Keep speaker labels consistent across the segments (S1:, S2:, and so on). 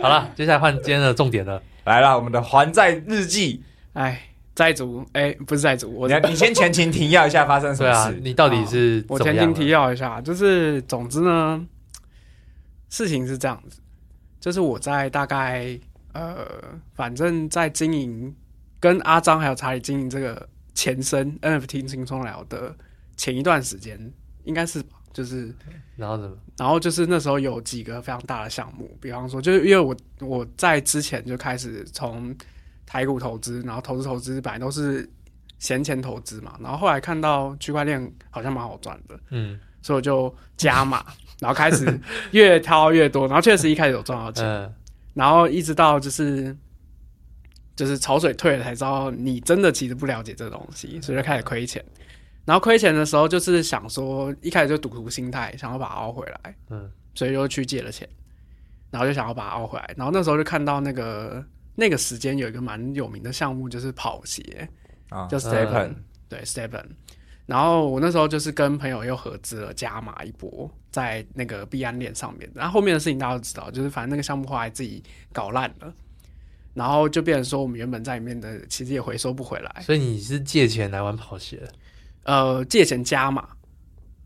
S1: 好了，接下来换今天的重点了。
S2: 来了，我们的还债日记。
S3: 哎，债主，哎，不是债主，我
S2: 你你先前情提要一下发生什
S1: 对
S2: 么
S1: 啊
S2: 事，。
S1: 你到底是
S3: 我
S1: 怎么
S3: 前
S1: 样
S3: 情
S1: 了
S3: 提要一下，就是总之呢，事情是这样子，就是我在大概呃，反正在经营跟阿张还有查理经营这个前身 NFT 轻松聊的前一段时间，应该是吧，就是
S1: 然后怎么？
S3: 然后就是那时候有几个非常大的项目，比方说，就是因为我我在之前就开始从台股投资，然后投资投资本来都是闲钱投资嘛，然后后来看到区块链好像蛮好赚的，
S1: 嗯
S3: 所以我就加码，然后开始越掏越多，然后确实一开始有赚到钱，
S1: 嗯，
S3: 然后一直到就是就是潮水退了才知道你真的其实不了解这东西，所以就开始亏钱。然后亏钱的时候就是想说一开始就赌徒心态，想要把它熬回来，
S1: 嗯，
S3: 所以就去借了钱，然后就想要把它熬回来。然后那时候就看到那个那个时间有一个蛮有名的项目就是跑鞋，
S2: 啊
S3: 就是
S2: Stepen
S3: 对 Stepen。然后我那时候就是跟朋友又合资了，加码一波在那个币安链上面。然后后面的事情大家都知道，就是反正那个项目后来自己搞烂了，然后就变成说我们原本在里面的其实也回收不回来，
S1: 所以你是借钱来玩跑鞋的？
S3: 呃，借钱加码，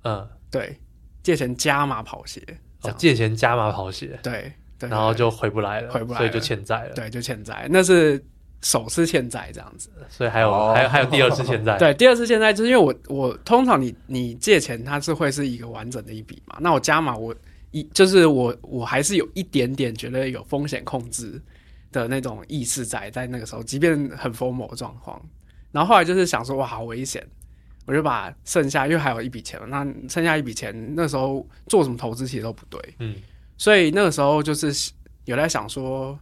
S1: 嗯，
S3: 对，借钱加码跑鞋，这
S1: 哦，
S3: 样
S1: 借钱加码跑鞋，
S3: 对对，
S1: 然后就回不来了，
S3: 回不来
S1: 所
S3: 了
S1: 以就欠债了。
S3: 对就欠债，那是首次欠债这样子。
S1: 所以还有、
S2: 哦
S1: 还有还有第二次欠债。
S3: 对，第二次欠债就是因为我我通常你你借钱它是会是一个完整的一笔嘛，那我加码我一就是我我还是有一点点觉得有风险控制的那种意识在在那个时候，即便很疯魔的状况，然后后来就是想说哇好危险，我就把剩下因为还有一笔钱嘛，那剩下一笔钱那时候做什么投资其实都不对，
S1: 嗯，
S3: 所以那个时候就是有在想说，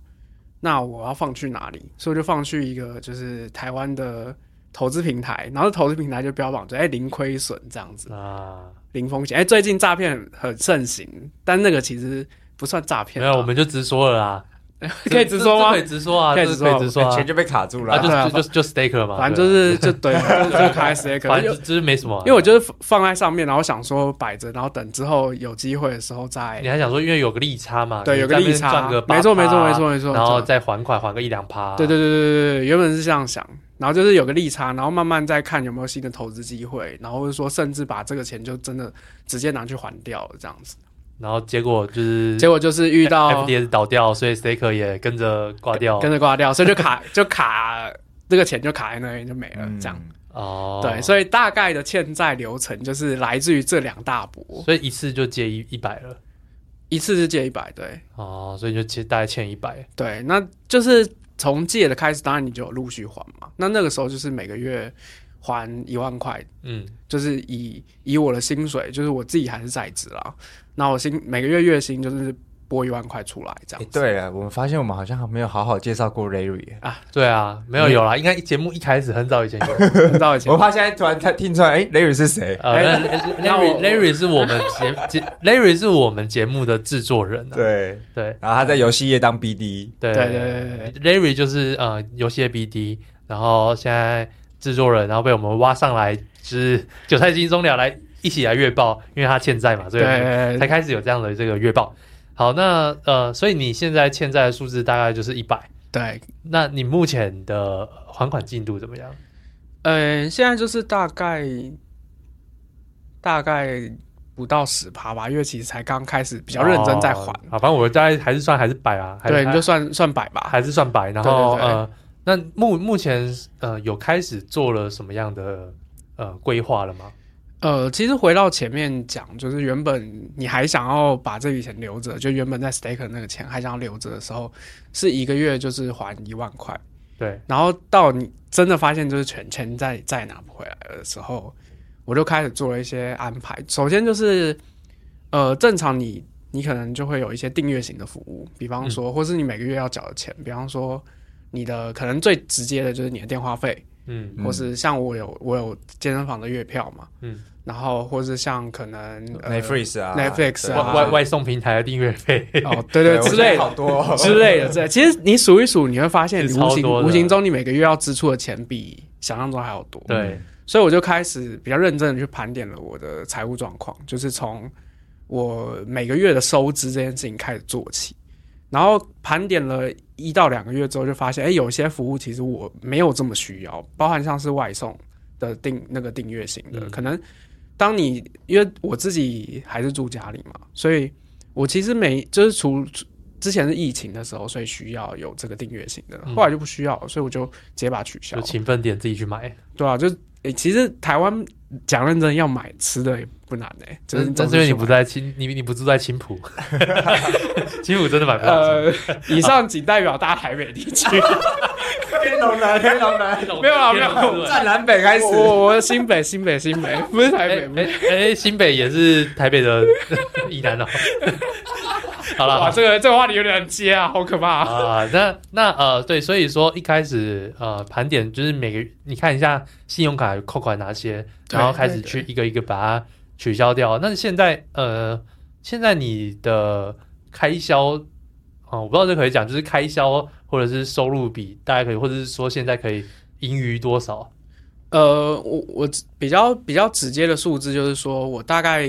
S3: 那我要放去哪里？所以我就放去一个就是台湾的投资平台，然后投资平台就标榜着哎零亏损这样子，
S1: 啊，
S3: 零风险。哎，最近诈骗很盛行，但那个其实不算诈骗
S1: 没
S3: 吧。
S1: 有，我们就直说了啦。
S3: 可以直说
S1: 这这可
S3: 吗
S1: 以？直说啊，
S3: 可以
S1: 这
S3: 直
S1: 可
S3: 说哎
S1: 以直说啊。
S2: 钱就被卡住了
S1: 啊，
S2: 啊。
S3: 对啊
S1: 就就就就 staker 嘛，
S3: 反正就是就 对，就开始也
S1: 对
S3: 可
S1: 啊
S3: 能
S1: 反正就是没什么啊。
S3: 因为我就是放在上面，然后想说摆着，然后等之后有机会的时候再
S1: 你还想说，因为有个利差嘛，
S3: 对
S1: 你
S3: 有个
S1: 在那边
S3: 利差
S1: 赚个
S3: 没错
S1: 8%
S3: 没错没错没错
S1: 然后
S3: 没错
S1: 再还款还个一两趴。
S3: 对对对对对对，原本是这样想，然后就是有个利差，然后慢慢再看有没有新的投资机会，然后或者说甚至把这个钱就真的直接拿去还掉这样子。
S1: 然后结果就是
S3: 结果就是遇到
S1: FDS 倒掉，所以 staker 也跟着挂掉。
S3: 跟着挂掉，所以就卡就卡这个钱就卡在那里就没了
S2: 嗯
S3: 这样。
S1: 哦，
S3: 对，所以大概的欠债流程就是来自于这两大波，
S1: 所以一次就借一一百了。
S3: 一次是借一百，对
S1: 哦，所以就借大概欠一百。
S3: 对，那就是从借的开始，当然你就有陆续还嘛。那那个时候就是每个月还一万块
S1: 嗯，
S3: 就是以以我的薪水，就是我自己还是在职啦，那我薪每个月月薪就是拨一万块出来这
S2: 哎
S3: 样子。
S2: 对了，我们发现我们好像还没有好好介绍过 Larry。
S1: 对啊，没有有啦，应该节目一开始很早以前 有。
S3: 对，知道以前
S2: 我怕现在突然他听出来，哎，Larry 是谁？
S1: 呃
S3: 哎
S1: 那
S3: 那
S1: ，Larry
S3: 我
S1: Larry 是我们节节 Larry 是我们节目的制作人啊。
S2: 对，
S1: 对
S2: 然后他在游戏业当 BD，
S1: 对
S3: 对对对
S1: ，Larry 就是呃游戏的 BD，然后现在制作人，然后被我们挖上来，就是韭菜金钟聊来一起来月报，因为他欠债嘛，所以我们
S3: 对
S1: 才开始有这样的这个月报。好，那呃，所以你现在欠债的数字大概就是一百，
S3: 对，
S1: 那你目前的还款进度怎么样？
S3: 呃，现在就是大概大概不到十趴吧，因为其实才刚开始比
S1: 比
S3: 较认真在还。
S1: 哦好，反正我大概还是算还是百啊，还
S3: 对，你
S1: 还
S3: 就算算百吧。
S1: 还是算白。然后
S3: 对对对
S1: 呃，那目目前呃有开始做了什么样的呃规划了吗？
S3: 呃，其实回到前面讲，就是原本你还想要把这笔钱留着，就原本在 stake 那个钱还想要留着的时候，是一个月就是还一万块。
S1: 对，
S3: 然后到你真的发现就是全钱再再拿不回来的时候，我就开始做了一些安排。首先就是，呃，正常你你可能就会有一些订阅型的服务，比方说，或是你每个月要缴的钱，比方说你的可能最直接的就是你的电话费，
S1: 嗯
S2: 嗯
S3: 或是像我有我有健身房的月票嘛，
S1: 嗯，
S3: 然后或是像可能、呃、
S2: Netflix 啊
S3: Netflix
S1: 外
S3: 啊
S1: 外外送平台的订阅费，
S3: 哦，对
S2: 对
S3: 对
S2: 我
S3: 之
S2: 觉得
S3: 类的
S2: 好。多哦
S3: 之类的，这其实你数一数，你会发现你
S1: 是
S3: 无
S1: 超
S3: 形
S1: 多的
S3: 无形中你每个月要支出的钱比想象中还要多。
S1: 对，
S3: 所以我就开始比较认真的去盘点了我的财务状况，就是从我每个月的收支这件事情开始做起，然后盘点了一到两个月之后，就发现，哎、有些服务其实我没有这么需要，包含像是外送的订那个订阅型的，
S1: 嗯
S3: 可能当你因为我自己还是住家里嘛，所以我其实没就是除之前是疫情的时候，所以需要有这个订阅型的，
S1: 嗯
S3: 后来就不需要了，所以我就直接把它取消
S1: 就
S3: 了。
S1: 勤奋点自己去买，
S3: 对啊，就、诶其实台湾讲认真要买吃的也不难哎、就是
S1: 但
S3: 走
S1: 但
S3: 出
S1: 是因为
S3: 去
S1: 你不
S3: 买
S1: 在青，你你不住在 青浦，青浦真的买不到。
S3: 呃，以上仅代表大台北地 区，
S2: 天龙南，天龙南，
S3: 没有啊没有
S2: 站南北开始
S3: 我。我我新北新北新北，不是
S1: 哎
S3: 台北，不是
S1: 哎哎，新北也是台北的 以南哦。好 了，
S3: 哇，这个这个话题有点接啊，好可怕、啊。
S1: 啊，那那呃，对，所以说一开始呃盘点就是每个你看一下信用卡扣款哪些，
S3: 对
S1: 然后开始
S3: 对对
S1: 去一个一个把它取消掉。那现在呃，现在你的开销啊、呃我不知道这可以讲，就是开销或者是收入比大家可以，或者是说现在可以盈余多少？
S3: 呃，我我比较比较直接的数字就是说，我大概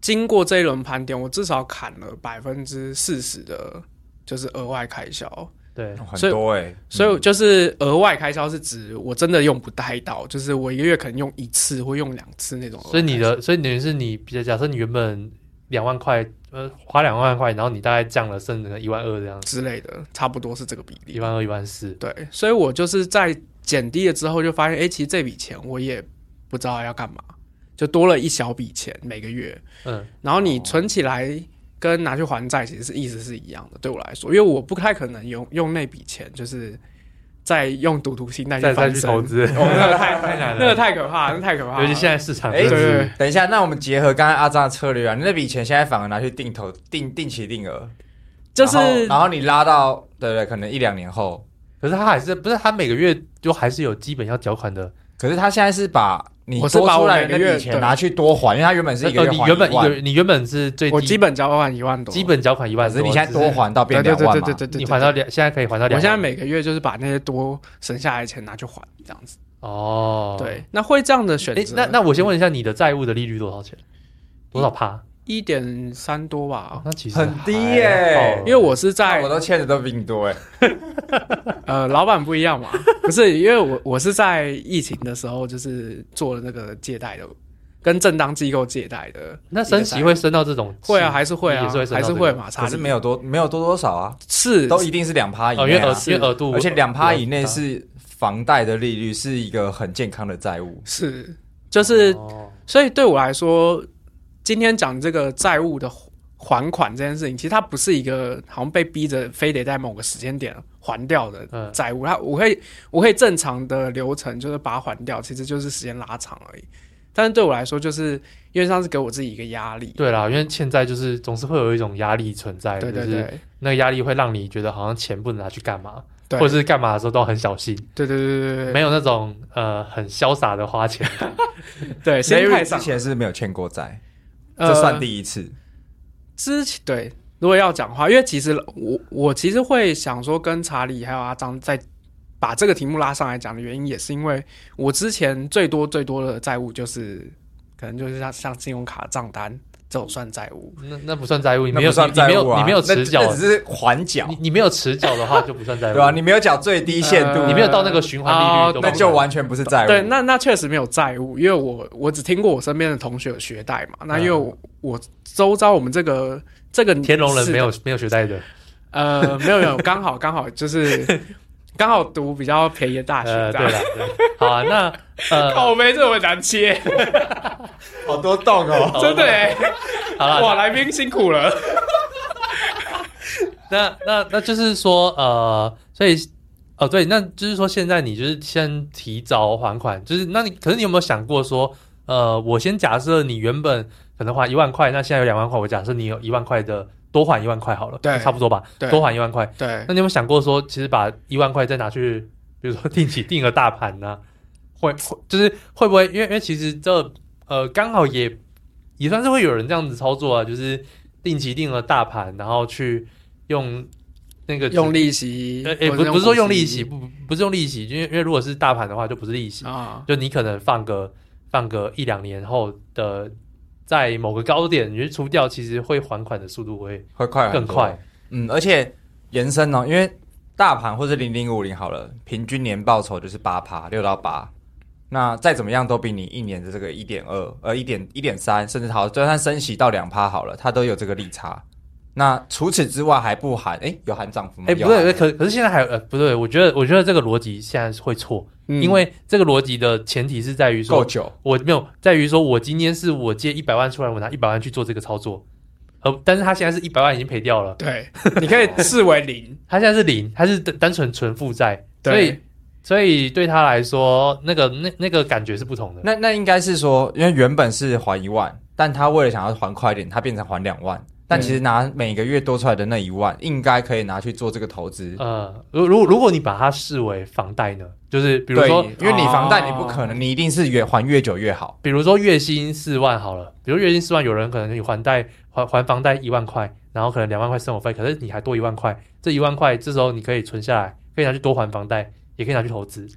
S3: 经过这一轮盘点，我至少砍了百分之四十的，就是额外开销。
S1: 对，
S3: 哦
S2: 很多哎，
S3: 所
S1: 嗯
S3: 以就是额外开销是指我真的用不太到，就是我一个月可能用一次或用两次那种。
S1: 所以你的，所以等于是你，比如假设你原本两万块，呃，花两万块，然后你大概降了剩一万二这样，
S3: 之类的，差不多是这个比
S1: 一
S3: 例。
S1: 万二、一万四，
S3: 对，所以我就是在减低了之后，就发现，哎、其实这笔钱我也不知道要干嘛，就多了一小笔钱每个月。
S1: 嗯，
S3: 然后你存起来跟拿去还债，其实是意思是一样的。对我来说，因为我不太可能用用那笔钱，就是再用赌徒心态
S1: 再
S3: 去
S1: 再
S3: 翻
S1: 去
S3: 身。
S1: 投资。
S3: 哦，那个太太
S1: 难了
S3: 那个太可怕，那个太可怕了。
S1: 尤其现在市场
S2: 哎
S1: 真的是，
S3: 对
S2: 等一下，那我们结合刚才阿张的策略啊，你那笔钱现在反而拿去定投、定定期定额，
S3: 就是
S2: 然后然后你拉到对不对？可能一两年后，
S1: 可是他还是不是他每个月就还是有基本要缴款的，
S2: 可是他现在是把你多
S3: 我是把
S2: 出
S3: 我
S2: 来
S3: 每
S2: 的那
S3: 个月
S2: 笔钱
S3: 对
S2: 拿去多还，因为他原本是一个
S1: 呃
S2: 月
S1: 你
S2: 还
S1: 原本
S2: 一
S1: 一
S2: 万
S1: 个你原本是最低
S3: 我基本交换一万多，
S1: 基本缴款一万
S2: 可
S1: 多，
S2: 是你现在多
S1: 只是
S2: 还到变
S3: 对对
S2: 两
S3: 对
S2: 万
S3: 对
S2: 嘛
S3: 对，对对，
S1: 你还到两，现在可以还到
S3: 我
S1: 两万。
S3: 现在每个月就是把那些多省下来的钱拿去还，这样子。
S1: 哦，
S3: 对，那会这样的选
S1: 哎，
S3: 择？
S1: 那那我先问一下，你的债务的利率多少钱？多少趴？
S3: 一点三多
S1: 哦
S3: 吧，
S1: 那其实
S2: 很低
S1: 还
S2: 耶
S1: 好
S3: 因为我是
S2: 那
S3: 哎在
S2: 我都欠的都比你多哎，
S3: 呃，老板不一样嘛， 不是因为我我是在疫情的时候就是做了那个借贷的，跟正当机构借贷的，
S1: 那升息会升到这种
S3: 会啊，还是会
S1: 也
S3: 啊
S1: 是会，升到
S3: 还
S1: 这
S3: 是
S1: 个
S3: 会嘛，
S2: 可
S3: 差
S2: 是
S3: 是
S2: 没有多没有多多少啊，
S3: 是
S2: 都一定是两趴以
S1: 哦，因为
S2: 内
S1: 额
S2: 啊，
S1: 因为额度，啊
S2: 而且两趴以内
S3: 啊
S1: 比较
S2: 是房贷的利率，是一个很健康的债务。
S3: 是就
S1: 大
S3: 是
S1: 哦
S3: 所以对我来说，今天讲这个债务的还款这件事情，其实它不是一个好像被逼着非得在某个时间点还掉的
S1: 嗯
S3: 债务，它我可以我可以正常的流程就是把它还掉，其实就是时间拉长而已。但是对我来说，就是因为像是给我自己一个压力，
S1: 对啦，因为欠债就是总是会有一种压力存在，
S3: 对对
S1: 就是
S3: 对
S1: 那个压力会让你觉得好像钱不能拿去干嘛，
S3: 对
S1: 或者是干嘛的时候都很小心，
S3: 对对对对对
S1: 没有那种呃很潇洒的花钱。
S3: 对，心态
S2: Larry 之
S3: 上
S2: 前是没有欠过债，
S3: 呃
S2: 这算第一次。
S3: 之前对，如果要讲话，因为其实我我其实会想说，跟查理还有阿张在把这个题目拉上来讲的原因，也是因为我之前最多最多的债务就是，可能就是像像信用卡账单这种算债务。
S1: 那那不算债务，你
S2: 那
S1: 没
S2: 不
S1: 有
S2: 算
S1: 你你
S2: 债
S1: 没
S2: 务
S1: 有
S2: 啊，
S1: 你没有
S2: 那
S1: 持缴
S2: 那，只是还缴
S1: 你，你没有持缴的话就不算债务，
S2: 对啊吧？你没有缴最低限
S3: 呃
S2: 度，啊
S1: 你没有到那个循环利率都不
S2: 那
S1: 算，
S2: 就完全不是债务。
S3: 对，那那确实没有债务，因为我我只听过我身边的同学有学贷
S1: 嗯
S3: 嘛。那因为我,、我周遭我们这个这个
S1: 天龙人
S3: 世
S1: 没有没有学贷的，
S3: 呃没有没有，刚好刚好就是刚好读比较便宜的大 学
S1: 呃，
S3: 这
S1: 对
S3: 样。
S1: 了，对好啊，那呃，
S3: 靠背这我难切，
S2: 好多洞哦。
S3: 真的哎、
S1: 好了，
S3: 哇，来宾辛苦了。
S1: 那那那就是说，呃，所以哦，对，那就是说，现在你就是先提早还款，就是那你可是你有没有想过说，呃，我先假设你原本可能还一万块，那现在有两万块，我假设你有一万块的多还一万块好了，
S3: 对
S1: 差不多吧，
S3: 对
S1: 多还一万块。
S3: 对
S1: 那你有没有想过说，其实把一万块再拿去，比如说定期定额大盘呢、会会就是会不会？因为因为其实这呃刚好也也算是会有人这样子操作啊，就是定期定额大盘，然后去用那个
S3: 用。利息
S1: 呃，，诶、
S3: 或
S1: 不
S3: 者
S1: 不是说用利息，
S3: 股息
S1: 不不是用利息，因为因为如果是大盘的话，就不是利息，
S3: 啊，
S1: 就你可能放个放个一两年后的，在某个高点你去除掉，其实会还款的速度会
S2: 会快很
S1: 更
S2: 多
S1: 快。。
S2: 嗯，而且延伸哦，因为大盘或是零零五零好了，平均年报酬就是八趴，六到八。那再怎么样都比你一年的这个一点二，呃一点一点三，甚至好，就算升息到两趴好了，它都有这个利差。那除此之外还不含，哎、有含涨幅吗？
S1: 哎、
S2: 有
S1: 不对，
S2: 含
S1: 可可是现在还有呃，不对，我觉得我觉得这个逻辑现在是会错，因为这个逻辑的前提是在于
S2: 嗯够
S1: 说，
S2: 久，
S1: 我没有在于说我今天是我借一百万出来，我拿一百万去做这个操作，呃，但是他现在是一百万已经赔掉了，
S3: 对， 你可以视为零，
S1: 他现在是零，他是单单纯纯负债，所以
S3: 对
S1: 所以对他来说，那个那那个感觉是不同的。
S2: 那那应该是说，因为原本是还一万，但他为了想要还快一点，他变成还两万。但其实拿每个月多出来的那一万，应该可以拿去做这个投资。
S1: 呃，如如如果你把它视为房贷呢，就是比如
S2: 对，
S1: 说
S2: 因为你房贷你
S3: 哦
S2: 不可能，你一定是越还越久越好。
S1: 比如说月薪四万好了，比如月薪四万，有人可能你还贷还还房贷一万块，然后可能两万块生活费，可是你还多一万块，这一万块这时候你可以存下来，可以拿去多还房贷，也可以拿去投资。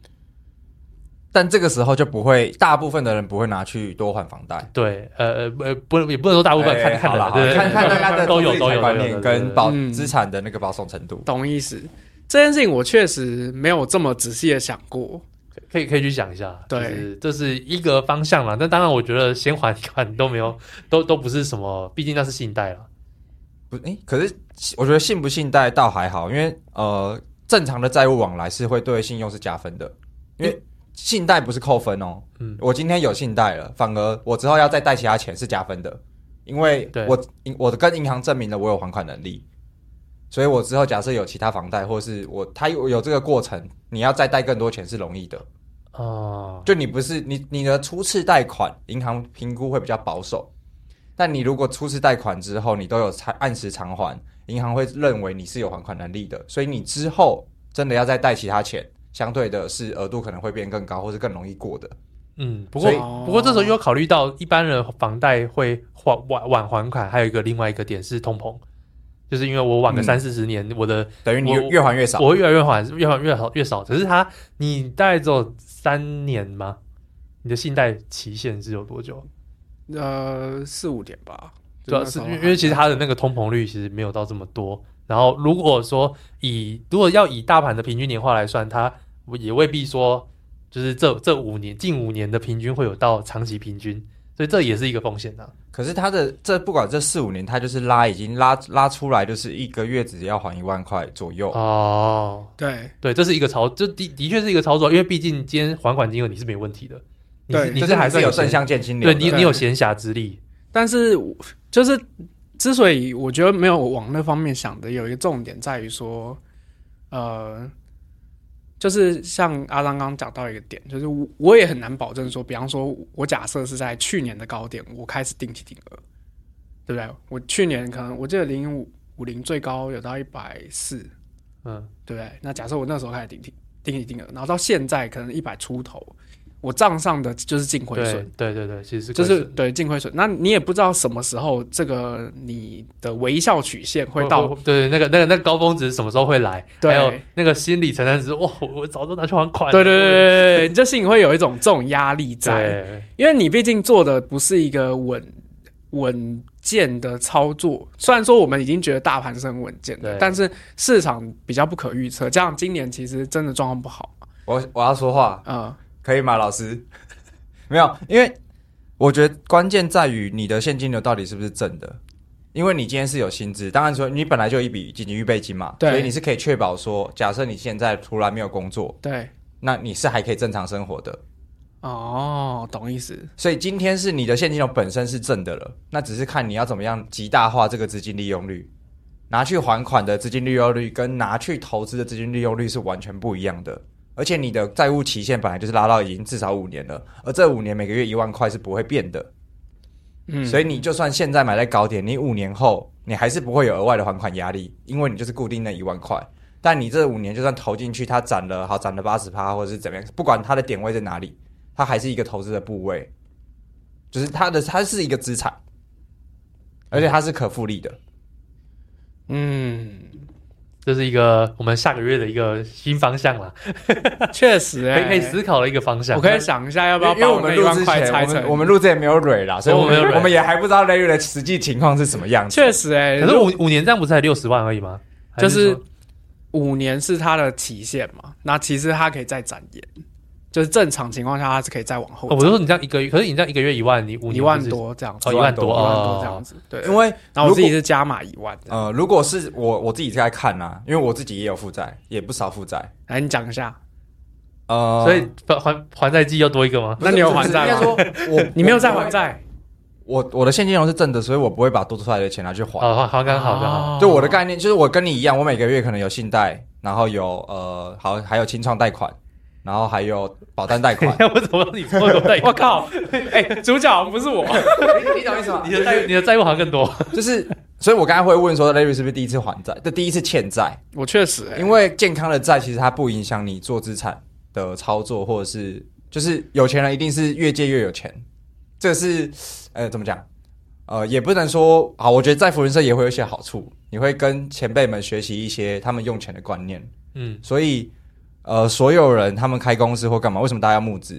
S2: 但这个时候就不会，大部分的人不会拿去多还房贷。
S1: 对，呃呃呃，不也不能说大部分看
S2: 哎
S1: 看
S2: 好
S1: 人
S2: 了，
S1: 啊
S2: 好
S1: 对
S2: 了
S1: 对
S2: 看
S1: 对
S2: 看大家的
S1: 都有
S2: 理财
S1: 都有
S2: 观
S1: 都有
S2: 念
S1: 对
S2: 跟
S1: 对
S2: 保
S3: 对
S2: 资产的那个保守程度。
S3: 懂意思。这件事情我确实没有这么仔细的想过，
S1: 可以可以去想一下，
S3: 对
S1: 就是这是一个方向啦。但当然，我觉得先还 款都没有，都都不是什么，毕竟那是信贷了。
S2: 不，哎、可是我觉得信不信贷倒还好，因为呃，正常的债务往来是会对信用是加分的，因为信贷不是扣分哦。
S1: 嗯
S2: 我今天有信贷了，反而我之后要再贷其他钱是加分的，因为
S1: 对
S2: 我银我跟银行证明了我有还款能力，所以我之后假设有其他房贷，或是我他有有这个过程，你要再贷更多钱是容易的。
S1: 哦、
S2: 就你不是你你的初次贷款，银行评估会比较保守，但你如果初次贷款之后，你都有偿按时偿还，银行会认为你是有还款能力的，所以你之后真的要再贷其他钱，相对的是额度可能会变更高，或是更容易过的。
S1: 嗯，不过
S3: 所以
S1: 不过这时候又要考虑到一般人房贷会还晚晚还款，还有一个另外一个点是通膨，就是因为我晚个
S2: 嗯
S1: 三四十年，我的
S2: 等于你
S1: 我
S2: 越越还越少。
S1: 我会越来越还越还越少越少。可是他你大概只有三年吗？你的信贷期限是有多久？
S3: 呃，四五点吧，
S1: 主要啊
S3: 啊
S1: 是因为因为其实它的那个通膨率其实没有到这么多。然后如果说以如果要以大盘的平均年化来算，它也未必说就是这这五年近五年的平均会有到长期平均，所以这也是一个风险啊。
S2: 可是他的这不管这四五年，他就是拉已经拉拉出来，就是一个月只要还一万块左右。
S1: 哦，
S3: 对
S1: 对，这是一个操，这的的确是一个操作，因为毕竟今天还款金额你是没问题的，你是
S3: 对
S1: 你
S2: 就是
S1: 还
S2: 是
S1: 算
S2: 有
S1: 闲
S2: 正，向见心流
S1: 对
S2: 的，
S1: 你
S3: 对
S1: 你有闲暇之力，
S3: 但是我就是之所以我觉得没有往那方面想的，有一个重点在于说，呃，就是像阿张刚刚讲到一个点，就是我我也很难保证说，比方说我假设是在去年的高点，我开始定期定额，对不对？我去年可能我记得零五五零最高有到一百四，
S1: 嗯，
S3: 对不对？那假设我那时候开始定定定期定额，然后到现在可能一百出头，我账上的就是净亏
S1: 对
S3: 损。
S1: 对对对，其实
S3: 就
S1: 亏
S3: 是
S1: 损
S3: 对净亏损，那你也不知道什么时候这个你的微笑曲线会到
S1: 对那个那个那个高峰值什么时候会来？
S3: 对
S1: 还有那个心理承担值，哇，我我早都拿去还款了。
S3: 对对对对对，你这心里会有一种这种压力在，
S1: 对
S3: 因为你毕竟做的不是一个稳稳健的操作。虽然说我们已经觉得大盘是很稳健的
S1: 对，
S3: 但是市场比较不可预测，加上今年其实真的状况不好，
S2: 我我要说话，
S3: 嗯，
S2: 可以吗，老师？ 没有，因为我觉得关键在于你的现金流到底是不是正的。因为你今天是有薪资，当然说你本来就有一笔紧急预备金嘛，
S3: 对
S2: 所以你是可以确保说，假设你现在突然没有工作，
S3: 对，
S2: 那你是还可以正常生活的。
S3: 哦，懂意思，
S2: 所以今天是你的现金流本身是正的了，那只是看你要怎么样极大化这个资金利用率。拿去还款的资金利用率跟拿去投资的资金利用率是完全不一样的，而且你的债务期限本来就是拉到已经至少五年了，而这五年每个月一万块是不会变的，
S3: 嗯
S2: 所以你就算现在买在高点，你五年后你还是不会有额外的还款压力，因为你就是固定那一万块。但你这五年就算投进去，它涨了好涨了八十趴，或者是怎么样，不管它的点位在哪里，它还是一个投资的部位，就是它的它是一个资产，而且它是可复利的。
S3: 嗯，
S1: 这是一个我们下个月的一个新方向啦，
S3: 确实、
S1: 可以
S3: 欸，
S1: 可以思考的一个方向。
S3: 我可以想一下要不要
S2: 因为
S3: 把
S2: 我们
S3: 那一
S2: 录
S3: 万
S2: 之
S3: 块
S2: 前，
S3: 拆
S2: 我
S3: 成
S2: 们我们录之前没有蕊啦，所以
S1: 我
S2: 我
S1: 们没有
S2: 们
S1: 蕊
S2: 我们也还不知道 Larry 的实际情况是什么样子。
S3: 确实哎、欸，
S1: 可是五五年这样不是才六十万而已吗？还
S3: 就是
S1: 说
S3: 五年是它的期限嘛，那其实它可以再展延，就是正常情况下它是可以再往后
S1: 哦我就说你这样一个月，可是你这样一个月一万，你五年
S3: 一万
S1: 不是
S3: 多这样子，
S1: 哦
S3: 一
S1: 一万多
S2: 一
S1: 哦
S3: 万多这样子，对，
S2: 因为
S3: 然后我自
S2: 如
S3: 己
S2: 果
S3: 是加码一万的，
S2: 呃，如果是我我自己在看啦、因为我自己也有负债，也不少负债。
S3: 来你讲一下，
S2: 呃，
S1: 所以还还债季又多一个吗？
S2: 不是
S3: 那你有
S2: 不是
S3: 还债吗
S2: 应该说我
S3: 你没有在还，债，？
S2: 我我的现金流是正的，所以我不会把多出来的钱拿去还。
S1: 哦，好，好，刚好，刚 好。。
S2: 就我的概念，就是我跟你一样，我每个月可能有信贷，然后有呃，好，还有清创贷款，然后还有保单贷款
S1: 要不怎么你这么有贷
S3: 我靠，哎、主角好像不是我，
S2: 你懂意思吗
S1: 你的债你的债务好像更多。
S2: 就是，所以我刚才会问说，Larry 是不是第一次还债？这第一次欠债，
S3: 我确实、欸，
S2: 因为健康的债其实它不影响你做资产的操作，或者是就是有钱人一定是越借越有钱，这是呃怎么讲？呃，也不能说好，我觉得在福人社也会有一些好处，你会跟前辈们学习一些他们用钱的观念，
S1: 嗯，
S2: 所以呃，所有人他们开公司或干嘛，为什么大家要募资？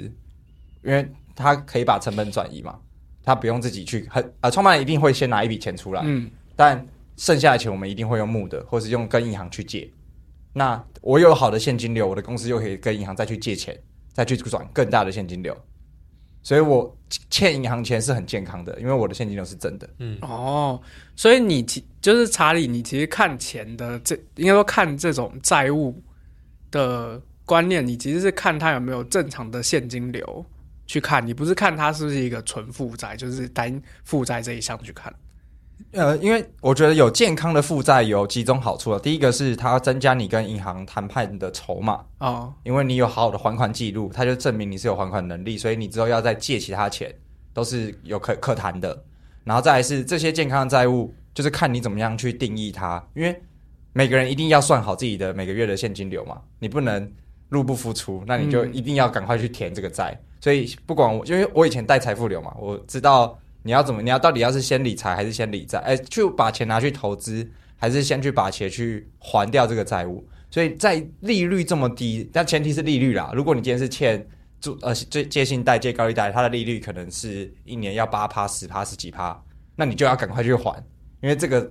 S2: 因为他可以把成本转移嘛，他不用自己去很呃，创办人一定会先拿一笔钱出来，
S3: 嗯，
S2: 但剩下的钱我们一定会用募的，或是用跟银行去借。那我有好的现金流，我的公司又可以跟银行再去借钱，再去转更大的现金流。所以我欠银行钱是很健康的，因为我的现金流是真的。
S3: 哦，所以你其就是查理，你其实看钱的这应该说看这种债务的观念，你其实是看他有没有正常的现金流去看，你不是看他是不是一个纯负债，就是单负债这一项去看。
S2: 呃，因为我觉得有健康的负债有几种好处啊。第一个是它增加你跟银行谈判的筹码，
S3: 哦，
S2: 因为你有好的还款记录，它就证明你是有还款能力，所以你之后要再借其他钱都是有可可谈的。然后再来是这些健康的债务，就是看你怎么样去定义它，因为每个人一定要算好自己的每个月的现金流嘛，你不能入不敷出，那你就一定要赶快去填这个债。所以不管我，因为我以前带财富流嘛，我知道你要怎么，你要到底要是先理财还是先理债，哎，去把钱拿去投资，还是先去把钱去还掉这个债务。所以在利率这么低，但前提是利率啦。如果你今天是欠住呃借借信贷、借高利贷，它的利率可能是一年要八趴、十趴、十几趴，那你就要赶快去还，因为这个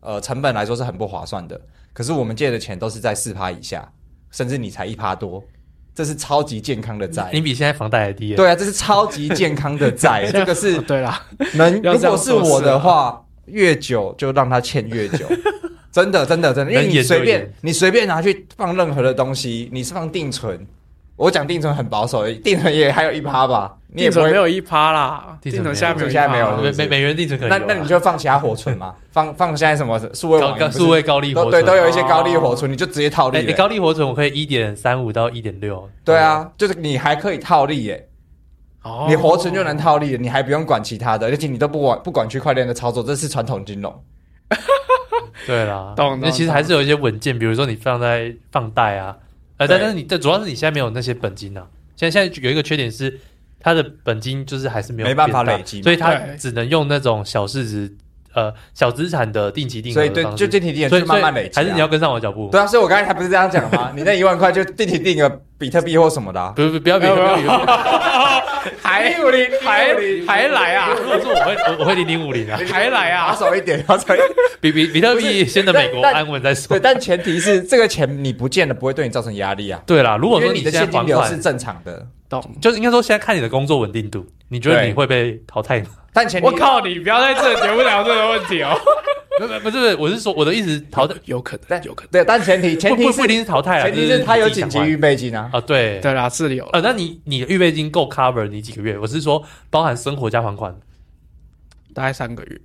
S2: 呃成本来说是很不划算的。可是我们借的钱都是在四趴以下，甚至你才一趴多，这是超级健康的债
S1: 你。比现在房贷还低耶。
S2: 对啊，这是超级健康的债，这个是
S3: 哦对啦，
S2: 能，
S3: 要
S2: 如
S3: 这
S2: 果
S3: 样说
S2: 是我
S3: 是
S2: 的
S3: 啊
S2: 话，越久就让他欠越久。 真的，真的，真的，因为
S1: 能
S2: 你
S1: 演就
S2: 随便
S1: 演
S2: 你随便拿去放任何的东西，你是放定存，我讲定存很保守，定存也还有一趴吧，你也
S3: 定
S2: 不
S3: 存没
S2: 会，
S3: 有一趴啦，
S1: 定
S3: 定
S1: 存
S3: 存现在没有一趴，
S2: 现在没有了
S1: 美美美元定存可
S2: 那
S1: 能有啊
S2: 那你就放其他活存嘛，放放现在什么数位
S1: 高
S2: 网银
S1: 高
S2: 不是
S1: 数位高利活
S2: 都
S1: 存，
S2: 对都有一些高利
S3: 哦
S2: 活存，你就直接套
S1: 哎
S2: 利
S1: 你
S2: 了。
S1: 高利活存我可以一点三五到一点六。
S2: 对，啊，就是你还可以套利耶，
S3: 哦
S2: 你活存就能套利了，你还不用管其他的，而且你都不管不管区块链的操作，这是传统金融。
S1: 对啦，
S3: 懂懂
S1: 那其实还是有一些稳健，比如说你放在放贷啊，呃，
S2: 对
S1: 但但是你但主要是你现在没有那些本金啊。现在现在有一个缺点是，它的本金就是还是没有
S2: 没办法
S1: 变大
S2: 累积嘛
S1: 所以它
S3: 对
S1: 只能用那种小市值呃小资产的定期定额
S2: 所以
S1: 的
S2: 对，
S1: 方
S2: 就
S1: 式。
S2: 这题点
S1: 所
S2: 就
S1: 以
S2: 慢慢累积啊。
S1: 还是你要跟上我的脚步。
S2: 对啊，所以我刚才还不是这样讲吗？你那一万块就定期定个比特币或什么的、啊。
S1: 不不不要不要不要！不要
S3: 还有零还还来啊，
S1: 如果是我会我我会零零五零啊，
S3: 还来
S2: 保
S3: 啊，
S2: 守一点，保守一点。
S1: 比比比特币先等美国
S2: 但但
S1: 安稳再说
S2: 对，。但前提是这个钱你不见了，不会对你造成压力啊。
S1: 对啦，如
S2: 因
S1: 果
S2: 为
S1: 说
S2: 你的
S1: 现在
S2: 现金
S1: 还
S2: 流是
S1: 款，
S2: 正常的，
S3: 懂？
S1: 就是应该说现在看你的工作稳定度，你觉得
S2: 对
S1: 你会被淘汰吗？
S2: 但前提
S3: 我，靠，你不要在这个节目聊这个问题哦，
S1: 不不不是不是，我是说我的意思是淘汰，
S3: 有可能，
S2: 但
S3: 有可能，
S2: 对，但前提前
S1: 不
S2: 提
S1: 不
S2: 是
S1: 不一定是淘汰啦，
S2: 前提
S1: 就是
S2: 他有
S1: 自己
S2: 紧
S1: 想
S2: 急
S1: 还
S2: 预备金啊。
S1: 啊，对
S3: 对啦，是有了，
S1: 呃，那你你的预备金够 cover 你几个月？我是说包含生活加还款
S3: 大概三个月。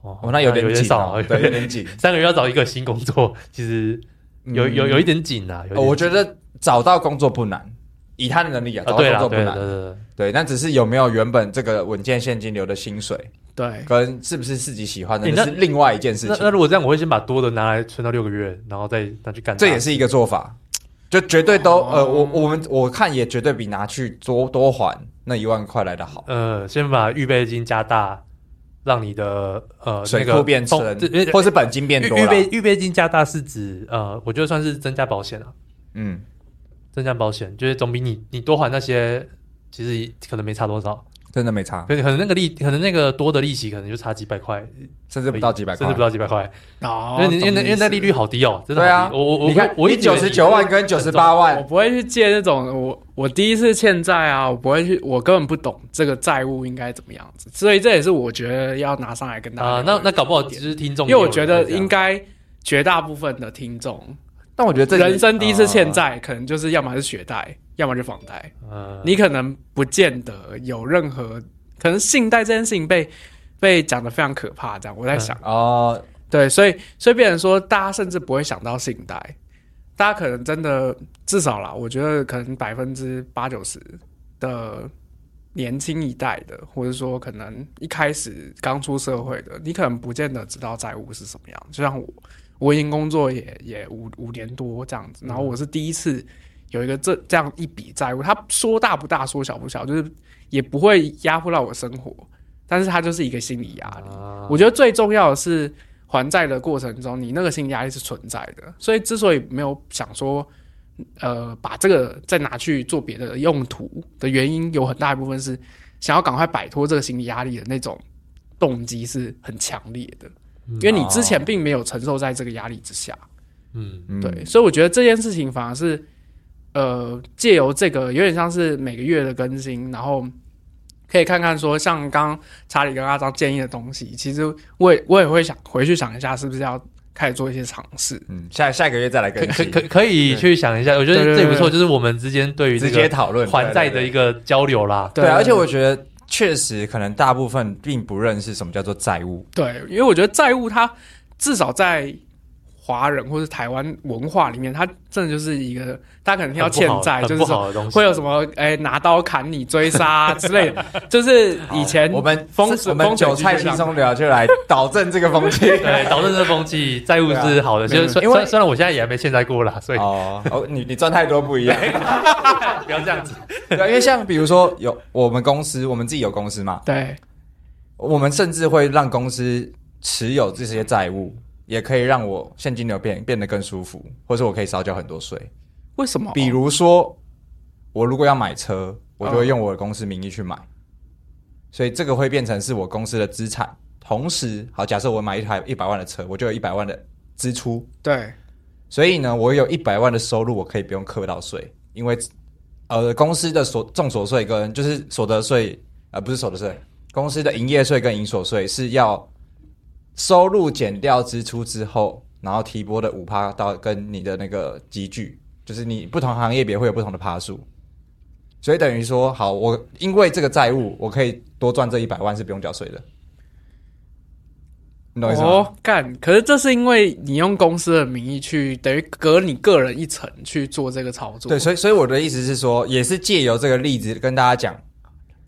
S1: 哦
S2: 哦，那有点
S1: 有点
S2: 紧、
S1: 少
S2: 啊，
S1: 啊，
S2: 对，有点紧。
S1: 三个月要找一个新工作，其实有有有一点紧啊，有一
S2: 哦
S1: 点
S2: 我觉得找到工作不难，以他的能力啊，
S1: 啊
S2: 找
S1: 对
S2: 到工作
S1: 啦
S2: 不难。
S1: 对对对对，
S2: 对，那只是有没有原本这个稳健现金流的薪水，
S3: 对，
S2: 跟是不是自己喜欢的，
S1: 欸
S2: 那是另外一件事
S1: 那那
S2: 情。
S1: 如果这样，我会先把多的拿来存到六个月，然后再拿去干它。
S2: 这也是一个做法，就绝对都呃，我我们我看也绝对比拿去多多还那一万块来的好。
S1: 呃，先把预备金加大，让你的呃
S2: 水
S1: 那
S2: 库
S1: 个
S2: 变深
S1: 风这呃，
S2: 或是本金变多
S1: 预预
S2: 了
S1: 备。预备金加大是指呃，我觉得算是增加保险啊，
S2: 嗯，
S1: 增加保险就是总比你你多还那些其实可能没差多
S3: 啊
S1: 少，
S2: 真的没差，
S1: 可能可能那个利可能那个多的利息可能就差几百块，
S2: 甚至不到几百块
S1: 甚至不。到几百块，
S3: 哦
S1: 因，为你因为那因
S3: 懂意
S1: 为
S3: 思
S1: 那利率好低哦，真的
S2: 对
S1: 好
S2: 啊，
S1: 低。我我我
S2: 你看，
S1: 我
S2: 你九十九万跟九十八
S3: 我
S2: 万，
S3: 不会去借那种我我第一次欠债啊，我不会去，我根本不懂这个债务应该怎么样子，所以这也是我觉得要拿上来跟大家
S1: 啊，
S3: 聊
S1: 那
S3: 的
S1: 那搞不好
S3: 重
S1: 只
S3: 点
S1: 是听众
S3: 因
S1: 也
S3: 为
S1: 有人
S3: 我
S1: 会
S3: 觉
S1: 这样，
S3: 得应该绝大部分的听众，
S2: 但我觉得这
S3: 人生第一次欠
S2: 啊
S3: 债，可能就是要么是学贷，要么就房贷，
S1: 呃
S3: 你可能不见得有任何，可能信贷这件事情被被讲的非常可怕，这样我
S1: 啊
S3: 在想。
S2: 哦，
S3: 对，所以所以变成说，大家甚至不会想到信贷，大家可能真的至少啦，我觉得可能百分之八九十的年轻一代的，或者说可能一开始刚出社会的，你可能不见得知道债务是什么样。就像我，我已经工作也也五五年多这样子，然后我是第一次有一个这这样一笔债务，它说大不大，说小不小，就是也不会压迫到我生活，但是它就是一个心理压力。
S1: 啊
S3: 我觉得最重要的是还债的过程中，你那个心理压力是存在的，所以之所以没有想说，呃，把这个再拿去做别的用途的原因，有很大一部分是想要赶快摆脱这个心理压力的那种动机是很强烈的，因为你之前并没有承受在这个压力之下，
S1: 嗯
S2: 嗯
S3: 对，所以我觉得这件事情反而是，呃，借由这个有点像是每个月的更新，然后可以看看说，像刚刚查理跟阿张建议的东西，其实我也我也会想回去想一下，是不是要开始做一些尝试。
S2: 嗯，下下个月再来
S1: 可
S2: 更
S1: 可
S2: 新，
S1: 可可以去想一下，我觉得
S3: 对对
S1: 这
S3: 对
S1: 不错，就是我们之间对于这
S2: 直
S1: 个
S2: 接讨论
S1: 还债的一
S2: 个。
S1: 个交流啦。
S2: 对，啊而且我觉得确实可能大部分并不认识什么叫做债务。
S3: 对，因为我觉得债务它至少在华人或是台湾文化里面，它真的就是一个大家可能听到欠债
S1: 很
S3: 就
S1: 不
S3: 是说
S1: 好很不好的东西，
S3: 会有什么哎、拿刀砍你、追杀、之类的，就是以前
S2: 我们
S3: 风
S2: 我们
S3: 风水
S2: 韭菜
S3: 剧
S2: 轻
S3: 上
S2: 松聊就来导正这个风气。
S1: 对，导致这风气，债务是好的，
S2: 对啊
S1: 就是虽
S2: 没有因为
S1: 虽虽然我现在也还没欠债过啦，所以
S2: 哦哦，你你赚太多不一样，
S1: 不要这样子。
S2: 对，因为像比如说有我们公司，我们自己有公司嘛，
S3: 对
S2: 我们甚至会让公司持有这些债务，也可以让我现金流变变得更舒服，或是我可以少缴很多税。
S3: 为什么？哦
S2: 比如说，我如果要买车，我就会用我的公司名义去买，所以这个会变成是我公司的资产。同时，好，假设我买一台一百万的车，我就有一百万的支出，
S3: 对
S2: 所以呢，我有一百万的收入，我可以不用课到税，因为呃，公司的所重所税跟就是所得税，呃，不是所得税，公司的营业税跟营所税是要收入减掉支出之后，然后提拨的五趴到跟你的那个集聚，就是你不同行业别会有不同的趴数，所以等于说，好，我因为这个债务，我可以多赚这一百万是不用缴税的，你懂我意思吗？
S3: 哦，干！可是这是因为你用公司的名义去，等于隔你个人一层去做这个操作。
S2: 对，所以所以我的意思是说，也是借由这个例子跟大家讲，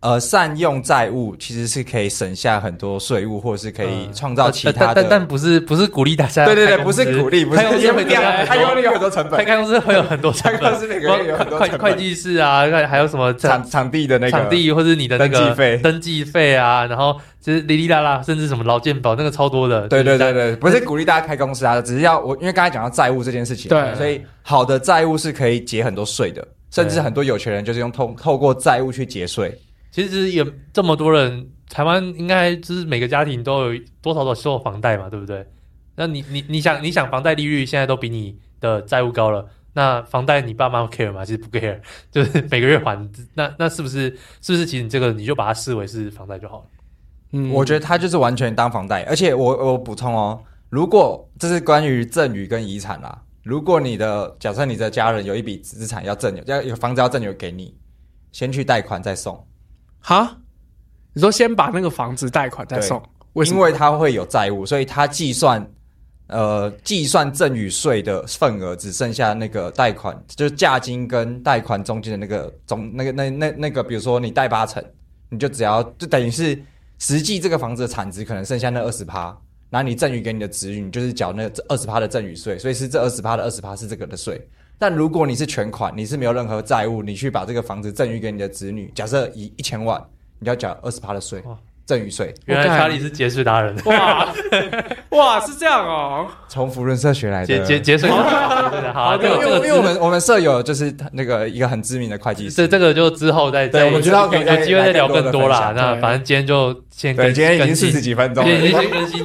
S2: 呃，善用债务其实是可以省下很多税务，或是可以
S1: 嗯
S2: 创造其
S1: 但
S2: 他
S1: 但
S2: 的。
S1: 但但不是不是鼓励大家开
S2: 对
S1: 公司，
S2: 对对，不是鼓励，不是
S1: 开公司
S2: 因
S1: 会
S2: 为
S1: 增加
S2: 他
S1: 很
S2: 用
S1: 多
S2: 力有很多成
S1: 开
S2: 本，
S1: 开公司会有很多成
S2: 开
S1: 本，
S2: 公司每个月有很多
S1: 会
S2: 成本
S1: 会计师啊，还还有什么
S2: 场场地的那个
S1: 场地或是你的那个
S2: 登记费
S1: 登记费啊，然后就是哩哩啦啦，甚至什么劳健保那个超多的。
S2: 对对
S1: 就
S2: 对
S1: 是
S2: 对，不是鼓励大家开公司啊，只是要我因为刚才讲到债务这件事情，
S3: 对
S2: 所以好的债务是可以节很多税的，甚至
S1: 对
S2: 很多有钱人就是用透透过债务去节税。
S1: 其实也这么多人，台湾应该就是每个家庭都有多少少受房贷嘛，对不对？那你你你想你想房贷利率现在都比你的债务高了，那房贷你爸妈 care 吗？其实不 care，就是 每个月还，那那是不是是不是其实你这个你就把它视为是房贷就好了？
S3: 嗯
S2: 我觉得他就是完全当房贷，而且我我补充哦，如果这是关于赠与跟遗产啦、如果你的假设你的家人有一笔资产要赠与，要有房子要赠与给你，先去贷款再送，
S3: 哈，你说先把那个房子贷款再
S2: 对
S3: 送，为什
S2: 因
S3: 么？
S2: 为他会有债务，所以他计算呃计算赠与税的份额只剩下那个贷款，就是价金跟贷款中间的那个总那个那那那个，比如说你贷八成，你就只要就等于是实际这个房子的产值可能剩下那二十趴，然后你赠与给你的子女，你就是缴那二十趴的赠与税，所以是这二十趴的二十趴是这个的税。但如果你是全款，你是没有任何债务，你去把这个房子赠与给你的子女，假设以一千万，你要缴二十趴的税
S1: 哇，
S2: 赠与税。
S1: 原来查理是节税达人，
S3: 哇哇，是这样哦。
S2: 从福伦社学来的。
S1: 节节 节税达人，对对对好，
S3: 好
S1: 这
S2: 因为
S1: 个这
S2: 啊因为
S1: 个
S2: 我们我们舍友就是那个一个很知名的会计师，
S1: 这这个就之后再
S2: 对
S1: 再
S2: 我们知道可以
S1: 有
S2: 再
S1: 机会再聊更多啦。
S2: 来更多的分享
S1: 那
S3: 对
S1: 反正今天就先
S2: 对，
S1: 更
S2: 今天已经
S1: 更
S2: 四
S1: 新
S2: 十几分钟
S1: 今天已经
S2: 了，
S1: 先更新，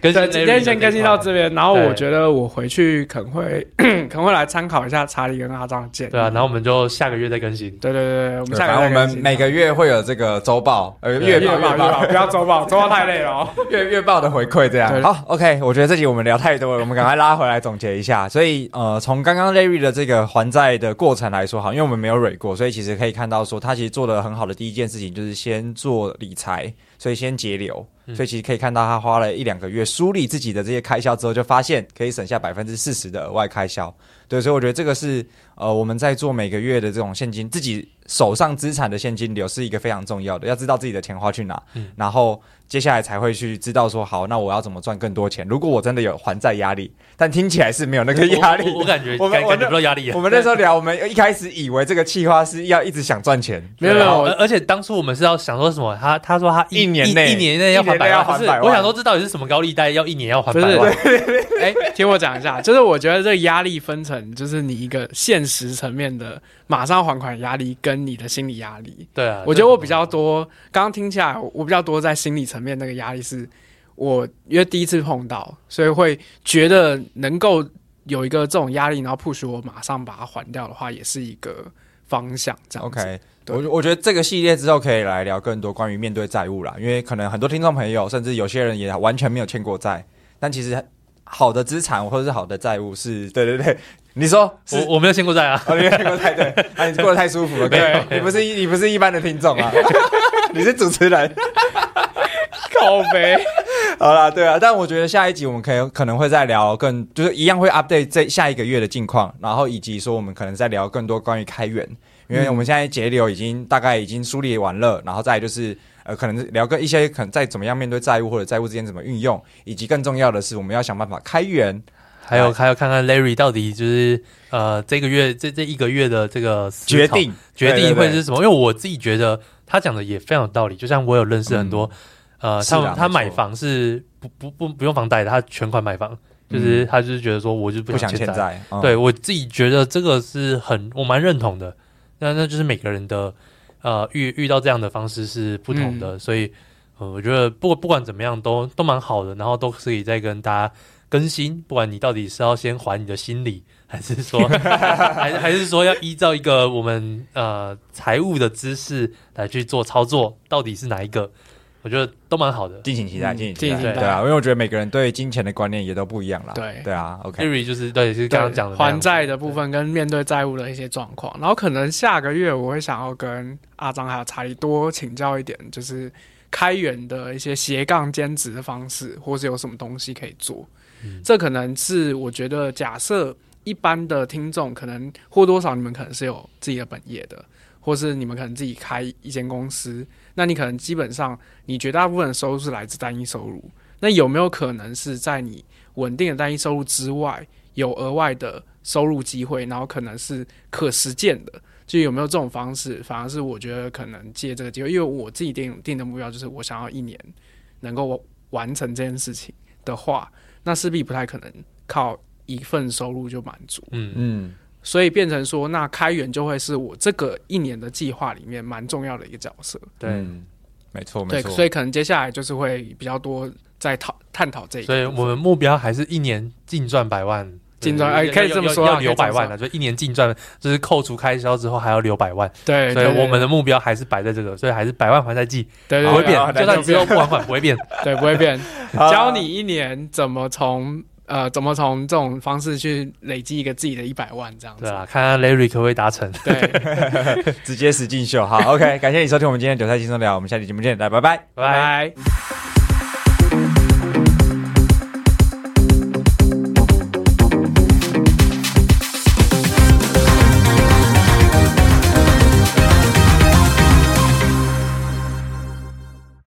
S1: 更
S3: 对，
S1: 新
S3: 今天先更新到
S1: Larry 的
S3: 这边，然后
S1: 对
S3: 我觉得我回去可能会 可能会来参考一下查理跟阿张的建议。
S1: 一块，对啊，然后我们就下个月再更新。
S3: 对对对对，我们下
S2: 反正
S3: 个
S2: 我
S3: 月再更
S2: 们
S3: 新
S2: 每个月会有这个周报，呃，月
S3: 月
S2: 报
S3: 报
S2: 月
S3: 月
S2: 报
S3: 报，不要周报，周报太累了哦。
S2: 月月报的回馈这样。
S3: 对
S2: 好，OK，我觉得这集我们聊太多了，我们赶快拉回来总结一下。所以呃，从刚刚 Larry 的这个还债的过程来说，好，因为我们没有蕊过，所以其实可以看到说，他其实做的很好的第一件事情就是先做理财，所以先节流。
S1: 嗯
S2: 所以其实可以看到，他花了一两个月梳理自己的这些开销之后，就发现可以省下百分之四十的额外开销。对，所以我觉得这个是呃，我们在做每个月的这种现金，自己手上资产的现金流是一个非常重要的，要知道自己的钱花去哪，
S1: 嗯
S2: 然后接下来才会去知道说，好，那我要怎么赚更多钱？如果我真的有还债压力，但听起来是没有那个压力
S1: 我我我感觉
S2: 我们
S1: 感
S2: 我
S1: 感觉
S2: 那
S1: 不到压力啊。
S2: 我们那时候聊，我们一开始以为这个计划是要一直想赚钱，
S3: 没有没
S1: 对啊
S3: 有
S1: 而而且当初我们是要想说什么？他他说他
S2: 一年内
S1: 一一年内要还百
S2: 一年内要
S1: 万，
S2: 还
S1: 不是
S2: 百万
S1: 我想说这到底是什么高利贷？要一年要还
S3: 不
S1: 啊百
S3: 是
S1: 万？
S3: 哎、听我讲一下，就是我觉得这个压力分成，就是你一个现实层面的马上还款压力，跟你的心理压力。
S1: 对啊，
S3: 我觉得我比较多，刚刚听起来我比较多在心理层面那个压力是，我因为第一次碰到，所以会觉得能够有一个这种压力，然后 push 我马上把它还掉的话，也是一个方向这样子。
S2: OK，
S3: 对
S2: 我我觉得这个系列之后可以来聊更多关于面对债务啦，因为可能很多听众朋友，甚至有些人也完全没有欠过债，但其实好的资产或者是好的债务是，对对对， 你说是
S1: 我。我没有欠过债 啊。
S2: 哦，你没有欠过债，对，啊，你过得太舒服了，
S1: 没有
S2: 对，
S1: 没有
S2: 你不是一你不是一般的听众啊， 你是主持人，
S3: 靠背，
S2: 好啦，对啊，但我觉得下一集我们可以可能会再聊更，就是一样会 update 这下一个月的近况，然后以及说我们可能再聊更多关于开源，因为我们现在节流已经大概已经梳理完了，然后再来就是呃，可能是聊个一些可能再怎么样面对债务或者债务之间怎么运用，以及更重要的是我们要想办法开源。
S1: 还有还有，看看 Larry 到底就是呃这个月这这一个月的这个思
S2: 决
S1: 考
S2: 定
S1: 决
S2: 对对
S1: 定
S2: 对
S1: 会是什么？因为我自己觉得他讲的也非常有道理。就像我有认识很多、呃，
S2: 是啊
S1: 他们他
S2: 没错
S1: 买房是不不不不用房贷的，他全款买房，就是、他就是觉得说我就
S2: 嗯不想
S1: 欠
S2: 欠
S1: 债。
S2: 债，嗯
S1: 对我自己觉得这个是很我蛮认同的。那那就是每个人的呃遇遇到这样的方式是不同的，所以呃我觉得不不管怎么样都都蛮好的，然后都可以再跟大家更新。不管你到底是要先还你的心理，还是说还是还是说要依照一个我们呃财务的知识来去做操作，到底是哪一个？我觉得都蛮好的。
S2: 敬请期待，
S3: 嗯
S2: 敬请期
S1: 敬
S2: 待，
S1: 请期
S2: 对啊，因为我觉得每个人对金钱的观念也都不一样啦，
S3: 对
S2: 对啊，OK，
S1: Larry 就是对，就是刚刚讲的那样
S3: 还债的部分跟面对债务的一些状况，然后可能下个月我会想要跟阿张还有查理多请教一点，就是开源的一些斜杠兼职的方式，或是有什么东西可以做。
S1: 嗯
S3: 这可能是我觉得，假设一般的听众可能或多少你们可能是有自己的本业的，或是你们可能自己开一间公司，那你可能基本上你绝大部分的收入是来自单一收入。那有没有可能是在你稳定的单一收入之外，有额外的收入机会，然后可能是可实践的。就有没有这种方式，反而是我觉得可能借这个机会，因为我自己定定的目标就是我想要一年能够完成这件事情的话，那势必不太可能靠一份收入就满足，
S1: 嗯，
S2: 嗯，
S3: 所以变成说，那开源就会是我这个一年的计划里面蛮重要的一个角色。
S1: 对。
S2: 嗯，没错，没
S3: 对，
S2: 错，
S3: 所以可能接下来就是会比较多在讨探讨这一个部
S1: 所
S3: 分。
S1: 以我们目标还是一年净赚百万，
S3: 净赚
S1: 对
S3: 哎可以这么说
S1: 要
S3: 啊
S1: 要留百万
S3: 可
S1: 啊，就一年净赚，就是扣除开销之后还要留百万，
S3: 对，
S1: 所以
S3: 对对
S1: 我们的目标还是摆在这个，所以还是百万还债季
S3: 对对
S1: 不会
S3: 对
S1: 变
S2: 好啊，
S1: 就算你之后不还款不会变，
S3: 对，不会变。
S2: 好
S3: 教你一年怎么从呃怎么从这种方式去累积一个自己的一百万这样子
S1: 对。啦，啊看看 Larry 可不可以达成，
S3: 对，
S2: 直接使劲秀，好，OK，感谢你收听我们今天的韭菜轻松聊，我们下期节目见，来，拜拜。
S1: 拜拜。
S3: 拜。